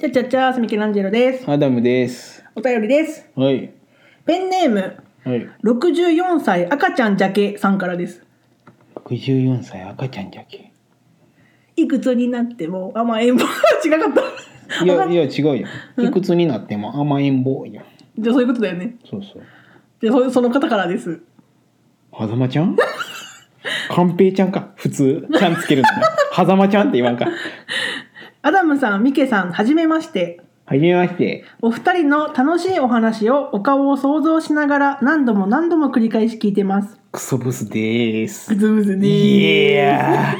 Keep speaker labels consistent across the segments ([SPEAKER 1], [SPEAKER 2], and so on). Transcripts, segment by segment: [SPEAKER 1] ちゃちゃちゃ、すみけランジェロです。
[SPEAKER 2] アダムです。
[SPEAKER 1] お便りです。
[SPEAKER 2] はい。
[SPEAKER 1] ペンネーム、
[SPEAKER 2] はい。
[SPEAKER 1] 64歳赤ちゃんジャケさんからです。
[SPEAKER 2] 64歳赤ちゃんじゃけ。
[SPEAKER 1] いくつになっても、あ、まあ、遠方違かった。
[SPEAKER 2] い
[SPEAKER 1] わ
[SPEAKER 2] や
[SPEAKER 1] か
[SPEAKER 2] いや違うよ。いくつになっても甘えん坊や。
[SPEAKER 1] じゃあそういうことだよね。
[SPEAKER 2] そうそう。
[SPEAKER 1] で、そその方からです。
[SPEAKER 2] はざまちゃん？カンペイちゃんか。普通ちゃんつけるの な。はざまちゃんって言わんか。
[SPEAKER 1] アダムさん、ミケさん、はじめまして。
[SPEAKER 2] はじめまして。
[SPEAKER 1] お二人の楽しいお話をお顔を想像しながら何度も何度も繰り返し聞いてます。
[SPEAKER 2] クソブスです
[SPEAKER 1] ブ。ズブズね
[SPEAKER 2] いや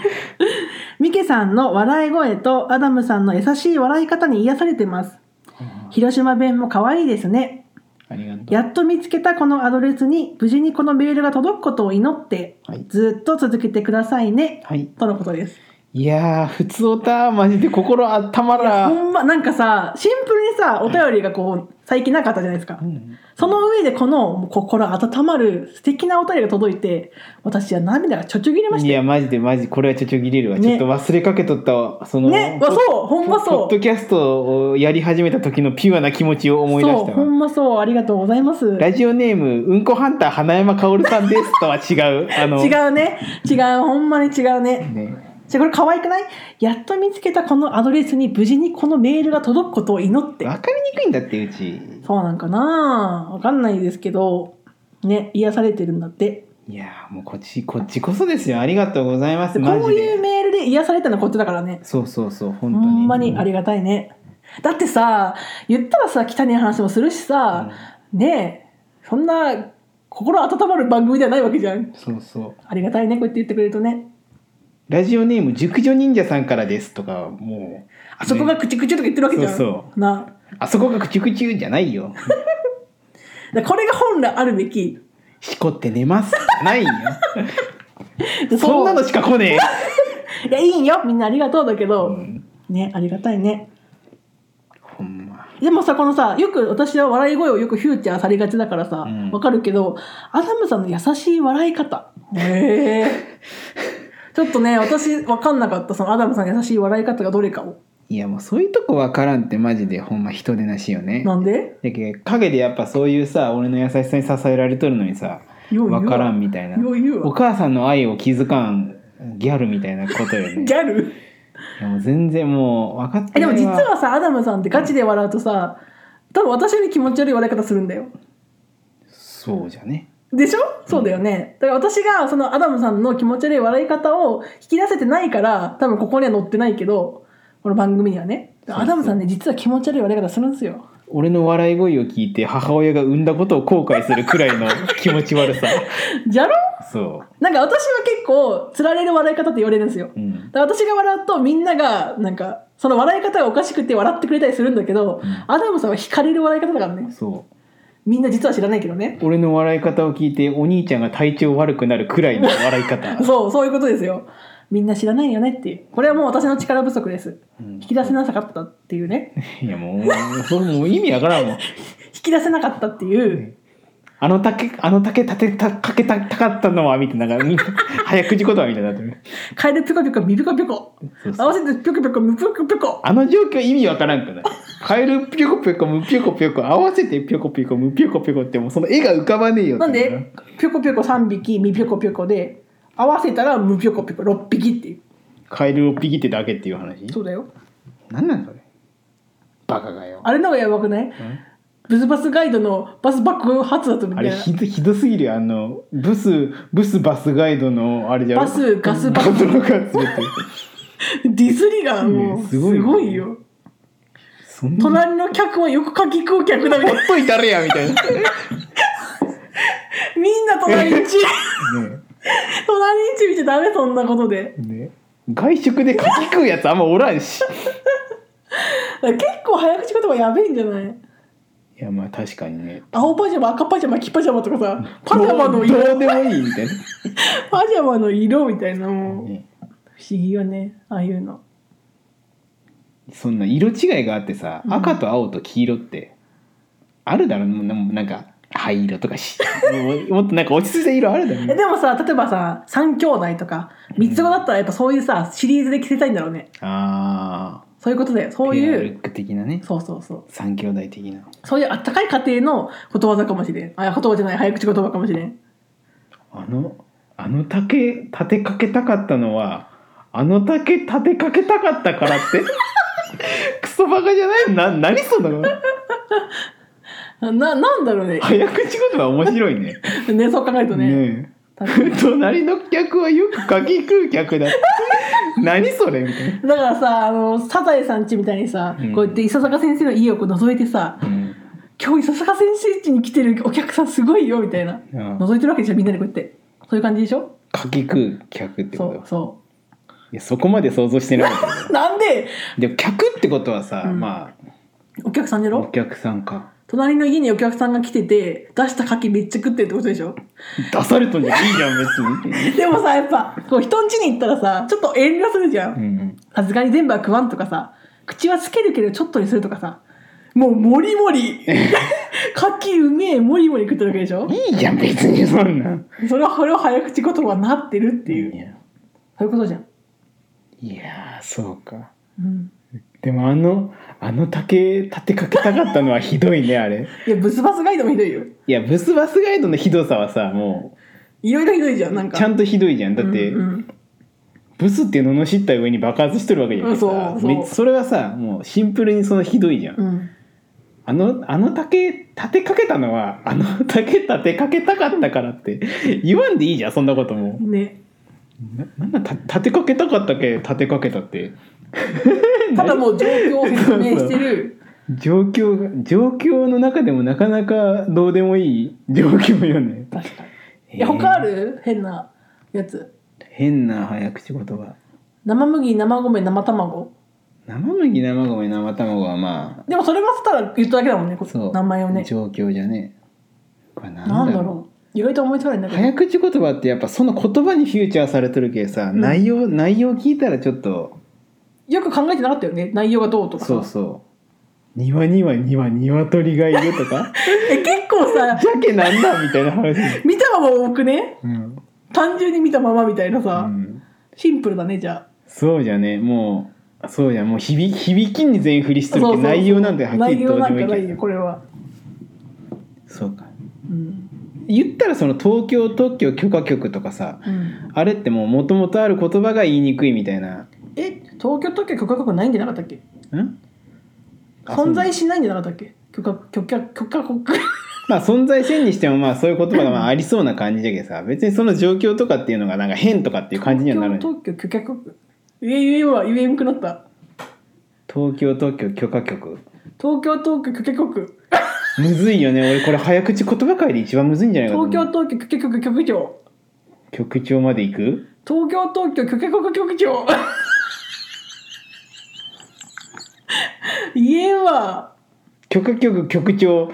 [SPEAKER 1] ミケさんの笑い声とアダムさんの優しい笑い方に癒されてます。
[SPEAKER 2] ー。
[SPEAKER 1] 広島弁も可愛いですね。
[SPEAKER 2] ありがとう。
[SPEAKER 1] やっと見つけたこのアドレスに無事にこのメールが届くことを祈って、
[SPEAKER 2] はい
[SPEAKER 1] ずっと続けてくださいね。
[SPEAKER 2] はい。
[SPEAKER 1] とのことです。
[SPEAKER 2] いやー普通おたマジで心あったまらん。
[SPEAKER 1] ほんま、なんかさ、シンプルにさ、お便りがこう、最近なかったじゃないですか
[SPEAKER 2] う。ん
[SPEAKER 1] その上でこの心温まる素敵なお便りが届いて私は涙がちょちょぎれまし
[SPEAKER 2] い
[SPEAKER 1] たよ
[SPEAKER 2] やマジでマジこれはちょちょぎれるわ、
[SPEAKER 1] ね
[SPEAKER 2] ちょっと忘れかけとったわその
[SPEAKER 1] ねわそうほんまそう
[SPEAKER 2] ポッドキャストをやり始めた時のピュアな気持ちを思い出し
[SPEAKER 1] そう
[SPEAKER 2] た
[SPEAKER 1] ほ
[SPEAKER 2] わ
[SPEAKER 1] んまそうありがとうございます違
[SPEAKER 2] ラジオネームうんこハンター花山薫さんですとは違うあの
[SPEAKER 1] うね違うほんまに違うね
[SPEAKER 2] ね
[SPEAKER 1] じゃこれ可愛くないやっと見つけたこのアドレスに無事にこのメールが届くことを祈って
[SPEAKER 2] 分かりにくいんだってうち
[SPEAKER 1] そうなんかなわかんないですけどね癒されてるんだって
[SPEAKER 2] いやーもうこっちこっちこそですよありがとうございます
[SPEAKER 1] で
[SPEAKER 2] マジ
[SPEAKER 1] こういう
[SPEAKER 2] で
[SPEAKER 1] メールで癒されたのはこっちだからね
[SPEAKER 2] そうそうそう
[SPEAKER 1] ほ
[SPEAKER 2] 本当に
[SPEAKER 1] んまにありがたいねだってさ言ったらさ汚い話もするしさ、ねえそんな心温まる番組ではないわけじゃん
[SPEAKER 2] うんそうそう
[SPEAKER 1] ありがたいねこうやって言ってくれるとね
[SPEAKER 2] ラジオネーム熟女忍者さんからですとかもう
[SPEAKER 1] あそこがクチクチとか言ってるわけじゃん、
[SPEAKER 2] そうそう
[SPEAKER 1] な
[SPEAKER 2] あそこがクチュクチュじゃな いよ
[SPEAKER 1] だこれが本来あるべき
[SPEAKER 2] しこって寝ます ないよ
[SPEAKER 1] で
[SPEAKER 2] そんなの
[SPEAKER 1] い
[SPEAKER 2] しか来ね
[SPEAKER 1] やいいよみんなありがとうだけ
[SPEAKER 2] え、
[SPEAKER 1] ど、
[SPEAKER 2] うん
[SPEAKER 1] ねありがたいね
[SPEAKER 2] ほんま
[SPEAKER 1] でもさこのさよく私は笑い声をよくフューチャーされがちだからさわ、
[SPEAKER 2] うん
[SPEAKER 1] かるけどアダムさんの優しい笑い方へえちょっとね私わかんなかったそのアダムさんの優しい笑い方がどれかを
[SPEAKER 2] いやもうそういうとこわからんってマジでほんま人でなしよね
[SPEAKER 1] なんで
[SPEAKER 2] だけど陰でやっぱそういうさ俺の優しさに支えられとるのにさ
[SPEAKER 1] よう言うわ
[SPEAKER 2] わからんみたいな
[SPEAKER 1] よう言うわ
[SPEAKER 2] お母さんの愛を気づかんギャルみたいなことよ ね
[SPEAKER 1] ギャル
[SPEAKER 2] いやもう全然もう分かって
[SPEAKER 1] えで
[SPEAKER 2] ない
[SPEAKER 1] も
[SPEAKER 2] わ
[SPEAKER 1] 実はさアダムさんってガチで笑うとさ多分私より気持ち悪い笑い方するんだよ
[SPEAKER 2] そうじゃね
[SPEAKER 1] でしょそうだよね、だから私がそのアダムさんの気持ち悪い笑い方を引き出せてないから多分ここには載ってないけどこの番組にはね
[SPEAKER 2] そうそう
[SPEAKER 1] アダムさんね実は気持ち悪い笑い方するんですよ
[SPEAKER 2] 俺の笑い声を聞いて母親が産んだことを後悔するくら いの気持ち悪さ
[SPEAKER 1] じゃろ
[SPEAKER 2] そ
[SPEAKER 1] なんか私は結構つられる笑い方って言われるんですよ
[SPEAKER 2] ううん
[SPEAKER 1] だから私が笑うとみんながなんかその笑い方がおかしくて笑ってくれたりするんだけど、
[SPEAKER 2] うん
[SPEAKER 1] アダムさんは惹かれる笑い方だからね
[SPEAKER 2] そう
[SPEAKER 1] みんな実は知らないけどね
[SPEAKER 2] 俺の笑い方を聞いてお兄ちゃんが体調悪くなるくらいの笑い 方
[SPEAKER 1] そう、そういうことですよ。みんな知らないよねっていう。これはもう私の力不足です。
[SPEAKER 2] うん
[SPEAKER 1] 引き出せなかったっていうね。
[SPEAKER 2] いやもうそれもう意味わからんもん
[SPEAKER 1] 引き出せなかったっていう。
[SPEAKER 2] あの竹あの竹立てたかけたたかったのはみたいななんかみんな早口言葉みたいになってる
[SPEAKER 1] カエルピコピコ、ミピコピコ。
[SPEAKER 2] そうそ
[SPEAKER 1] 合
[SPEAKER 2] う
[SPEAKER 1] わせてピョコピコ、ミピコピコ。
[SPEAKER 2] あの状況意味わからんくないカエルピョコピョコムピョコピョコ合わせてピョコピョコムピョコピョコってもうその絵が浮かばねえよって
[SPEAKER 1] なんで、ピョコピョコ3匹、ミピョコピョコで、合わせたらムピョコピョコ、6匹っていう。
[SPEAKER 2] カエルをピギってだけっていう話
[SPEAKER 1] そうだよ。
[SPEAKER 2] なんなんそれバカがよ
[SPEAKER 1] あれの方がやばくない
[SPEAKER 2] うん
[SPEAKER 1] ブスバスガイドのバス爆発だとみ
[SPEAKER 2] あ
[SPEAKER 1] たい
[SPEAKER 2] れ
[SPEAKER 1] な。
[SPEAKER 2] ひどひどすぎるよあのブスブスバスガイドのあれじゃろ
[SPEAKER 1] バスガスバ
[SPEAKER 2] バ
[SPEAKER 1] ス
[SPEAKER 2] スのガスって
[SPEAKER 1] ディスりがもう、
[SPEAKER 2] ね
[SPEAKER 1] す
[SPEAKER 2] すごいよね
[SPEAKER 1] ごいよ。
[SPEAKER 2] そんなほっ
[SPEAKER 1] 隣の客はよくかき食う 客だみたいな。
[SPEAKER 2] といたれやみ たいな、ね
[SPEAKER 1] みんな隣にチ
[SPEAKER 2] え
[SPEAKER 1] 隣にチビちゃダメそんなことで
[SPEAKER 2] ねえ外食でかき食うやつあんまおらんし
[SPEAKER 1] 結構早口言葉やべえんじゃない
[SPEAKER 2] いやまあ確かにね
[SPEAKER 1] 青パジャマ赤パジャマ黄パジャマとかさパジャマの
[SPEAKER 2] どう
[SPEAKER 1] 色
[SPEAKER 2] どうでもいいみたい
[SPEAKER 1] パジャマの色みたいな
[SPEAKER 2] な、
[SPEAKER 1] もう
[SPEAKER 2] ね
[SPEAKER 1] 不思議よねああいうの
[SPEAKER 2] そんな色違いがあってさ
[SPEAKER 1] うん
[SPEAKER 2] 赤と青と黄色ってあるだろもうなもうなんか灰色とかしもうもっとなんか落ち着いた色あるだろ
[SPEAKER 1] えでもさ例えばさ3兄弟とか三つ子だったらやっぱそういうさシリーズで着せたいんだろうね
[SPEAKER 2] あ
[SPEAKER 1] そういうことだよそう
[SPEAKER 2] ペア
[SPEAKER 1] い
[SPEAKER 2] ル
[SPEAKER 1] う
[SPEAKER 2] ック的なね
[SPEAKER 1] そうそうそう
[SPEAKER 2] 三兄弟的な
[SPEAKER 1] そういうあったかい家庭のことわざかもしれんあ言葉じゃない早口言葉かもしれん
[SPEAKER 2] あのあの竹立てかけたかったのはあの竹立てかけたかったからって クソバカじゃないな何その
[SPEAKER 1] ななんだろうね
[SPEAKER 2] 早口言葉面白いね
[SPEAKER 1] ねそう考えるとね
[SPEAKER 2] ね
[SPEAKER 1] だ
[SPEAKER 2] え 隣の客はよく柿食う客だ 何それみたい
[SPEAKER 1] だからさあのサザエさんちみたいにさ、
[SPEAKER 2] うん
[SPEAKER 1] こうやって伊佐坂先生の家をこう覗いてさ
[SPEAKER 2] な、
[SPEAKER 1] 今日伊佐坂先生家に来てるお客さんすごいよみたいな
[SPEAKER 2] うん
[SPEAKER 1] 覗いてるわけでしょみんなでこうやってそういう感じでしょ
[SPEAKER 2] 柿食う客ってこ
[SPEAKER 1] そ
[SPEAKER 2] と
[SPEAKER 1] うそ
[SPEAKER 2] いやそこまで想像してなかったけど
[SPEAKER 1] うなんで
[SPEAKER 2] でも客ってことはさ、
[SPEAKER 1] うん
[SPEAKER 2] ま
[SPEAKER 1] お客さんじゃ
[SPEAKER 2] あ
[SPEAKER 1] ろ
[SPEAKER 2] お客さんか
[SPEAKER 1] 隣の家にお客さんが来てて出した牡蠣めっちゃ食ってるってことでしょ
[SPEAKER 2] 出されたんじゃいいじゃん別に、
[SPEAKER 1] でもさやっぱこう人ん家に行ったらさちょっと遠慮するじゃ
[SPEAKER 2] うんん、
[SPEAKER 1] さすがに全部は食わんとかさ口はつけるけどちょっとにするとかさもうもりも り牡蠣うめえもりもり食ってるわけでしょ
[SPEAKER 2] いいじゃん別にそんなん
[SPEAKER 1] それはそれを早口言葉になってるっていう
[SPEAKER 2] や
[SPEAKER 1] そういうことじゃん、
[SPEAKER 2] いやーそうか
[SPEAKER 1] うん、
[SPEAKER 2] でもあのあの竹立てかけたかったのはひどいねあれ
[SPEAKER 1] いやブスバスガイドもひどいよ
[SPEAKER 2] いやブスバスガイドのひどさはさも
[SPEAKER 1] いろいろひどいじゃんなん
[SPEAKER 2] う
[SPEAKER 1] か
[SPEAKER 2] ちゃんとひどいじゃんだって、
[SPEAKER 1] うんうん
[SPEAKER 2] ブスっていうのの知った上に爆発しとるわけじゃん
[SPEAKER 1] そうそう
[SPEAKER 2] めそれはさもうシンプルにそのひどいじゃん、
[SPEAKER 1] うん
[SPEAKER 2] あのあの竹立てかけたのはあの竹立てかけたかったからって 言わんでいいじゃんそんなことも
[SPEAKER 1] ね、
[SPEAKER 2] ななんだた立てかけたかったっけ立てかけたって
[SPEAKER 1] ただもう状況を説明して る
[SPEAKER 2] 状況が状況の中でもなかなかどうでもいい状況よね
[SPEAKER 1] 確かにいや他ある変なやつ
[SPEAKER 2] えー変な早口言葉
[SPEAKER 1] 生麦生米生卵
[SPEAKER 2] 生麦生米生卵はま
[SPEAKER 1] でもそれはただ言っただけだもんねこ
[SPEAKER 2] あそう
[SPEAKER 1] 名前をね
[SPEAKER 2] 状況じゃねこれなんだろ
[SPEAKER 1] な
[SPEAKER 2] うん
[SPEAKER 1] だろう意外と思いつかないんだけど
[SPEAKER 2] 早口言葉ってやっぱその言葉にフューチャーされてるけさ、
[SPEAKER 1] うん
[SPEAKER 2] 内容内容聞いたらちょっと
[SPEAKER 1] よく考えてなかったよね内容がどうとかさ
[SPEAKER 2] そうそう庭には庭鶏がいるとか
[SPEAKER 1] え結構さ
[SPEAKER 2] じゃけなんだみたいな話、
[SPEAKER 1] 見たまま多くね
[SPEAKER 2] うん
[SPEAKER 1] 単純に見たままみたいな
[SPEAKER 2] う
[SPEAKER 1] さ、
[SPEAKER 2] ん、
[SPEAKER 1] シンプルだねじゃあ
[SPEAKER 2] そうじゃねもうそうじゃもう響響きに全振りしてる
[SPEAKER 1] そう
[SPEAKER 2] け
[SPEAKER 1] そう
[SPEAKER 2] ど内容なんてはっき
[SPEAKER 1] 内
[SPEAKER 2] り
[SPEAKER 1] 容
[SPEAKER 2] どう
[SPEAKER 1] なん
[SPEAKER 2] でもい
[SPEAKER 1] か
[SPEAKER 2] い
[SPEAKER 1] な
[SPEAKER 2] け
[SPEAKER 1] い
[SPEAKER 2] ど
[SPEAKER 1] よこれは、
[SPEAKER 2] そうか
[SPEAKER 1] うん
[SPEAKER 2] 言ったらその東京特許許可局とかさ
[SPEAKER 1] うん、
[SPEAKER 2] あれってもうもともとある言葉が言いにくいみたいな
[SPEAKER 1] え東京特許許可局ないんじゃなかったっけ
[SPEAKER 2] んあそう
[SPEAKER 1] 存在しないんじゃなかったっけ許可許可許可国
[SPEAKER 2] まあ存在せんにしてもまあそういう言葉がまあありそうな感じだけどさ別にその状況とかっていうのがなんか変とかっていう感じにはならない
[SPEAKER 1] 東京特許許可局言え言えは言えんくなった
[SPEAKER 2] 東京特許許可局
[SPEAKER 1] 東京特許許可局
[SPEAKER 2] むずいよね俺これ早口言葉界で一番むずいんじゃないかと思
[SPEAKER 1] 東
[SPEAKER 2] う
[SPEAKER 1] 京特許許可局局長
[SPEAKER 2] 局長まで行く
[SPEAKER 1] 東京特許許可局局長 言えんわ
[SPEAKER 2] 許可局局長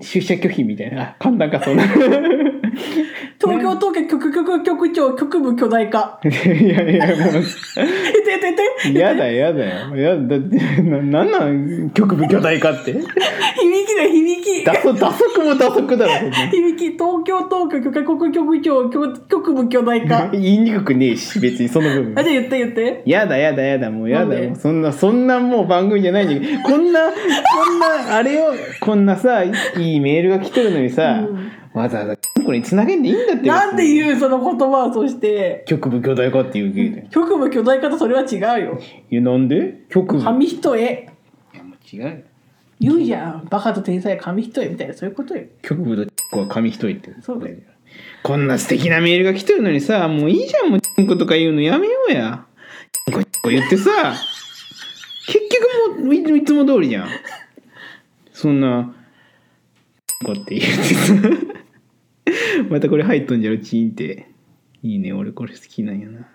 [SPEAKER 2] 出社拒否みたいなあ簡単か そうない
[SPEAKER 1] 東京特許局局局長局部巨大化
[SPEAKER 2] やいやもう
[SPEAKER 1] えてえてえて
[SPEAKER 2] やだやだよやだってななんなん局部巨大化って 打
[SPEAKER 1] 響きだよ響き
[SPEAKER 2] 足打足も打足だろそんな
[SPEAKER 1] 響き東京特許許可局局長局局部巨大化
[SPEAKER 2] 言いにくくねえし別にその部
[SPEAKER 1] あ
[SPEAKER 2] 分
[SPEAKER 1] じゃあ言って言って
[SPEAKER 2] やだやだやだもうや
[SPEAKER 1] な
[SPEAKER 2] だ
[SPEAKER 1] んで
[SPEAKER 2] もうそんなそんなもう番組じゃないんだけどこんなこんなあれをこんなさいいメールが来てるのにさ、
[SPEAKER 1] うん
[SPEAKER 2] わざわざこれに繋げんでいいんだって
[SPEAKER 1] なんで
[SPEAKER 2] 別に
[SPEAKER 1] 言うその言葉をそして
[SPEAKER 2] 局部巨大化っていう芸で
[SPEAKER 1] 局部巨大化とそれは違うよ
[SPEAKER 2] いやなんで局部
[SPEAKER 1] 紙一重
[SPEAKER 2] いやもう違うよ
[SPEAKER 1] 言うじゃんバカと天才は紙一重みたいなそういうことよ
[SPEAKER 2] 局部とチンコは紙一重って
[SPEAKER 1] そうだよ
[SPEAKER 2] こんな素敵なメールが来てるのにさもういいじゃんもうチンコとか言うのやめようやチンコチンコ言ってさ 結局もういいつも通りじゃんそんなチンコって言ってさ またこれ入っとんじゃろチーンっていいね俺これ好きなんやな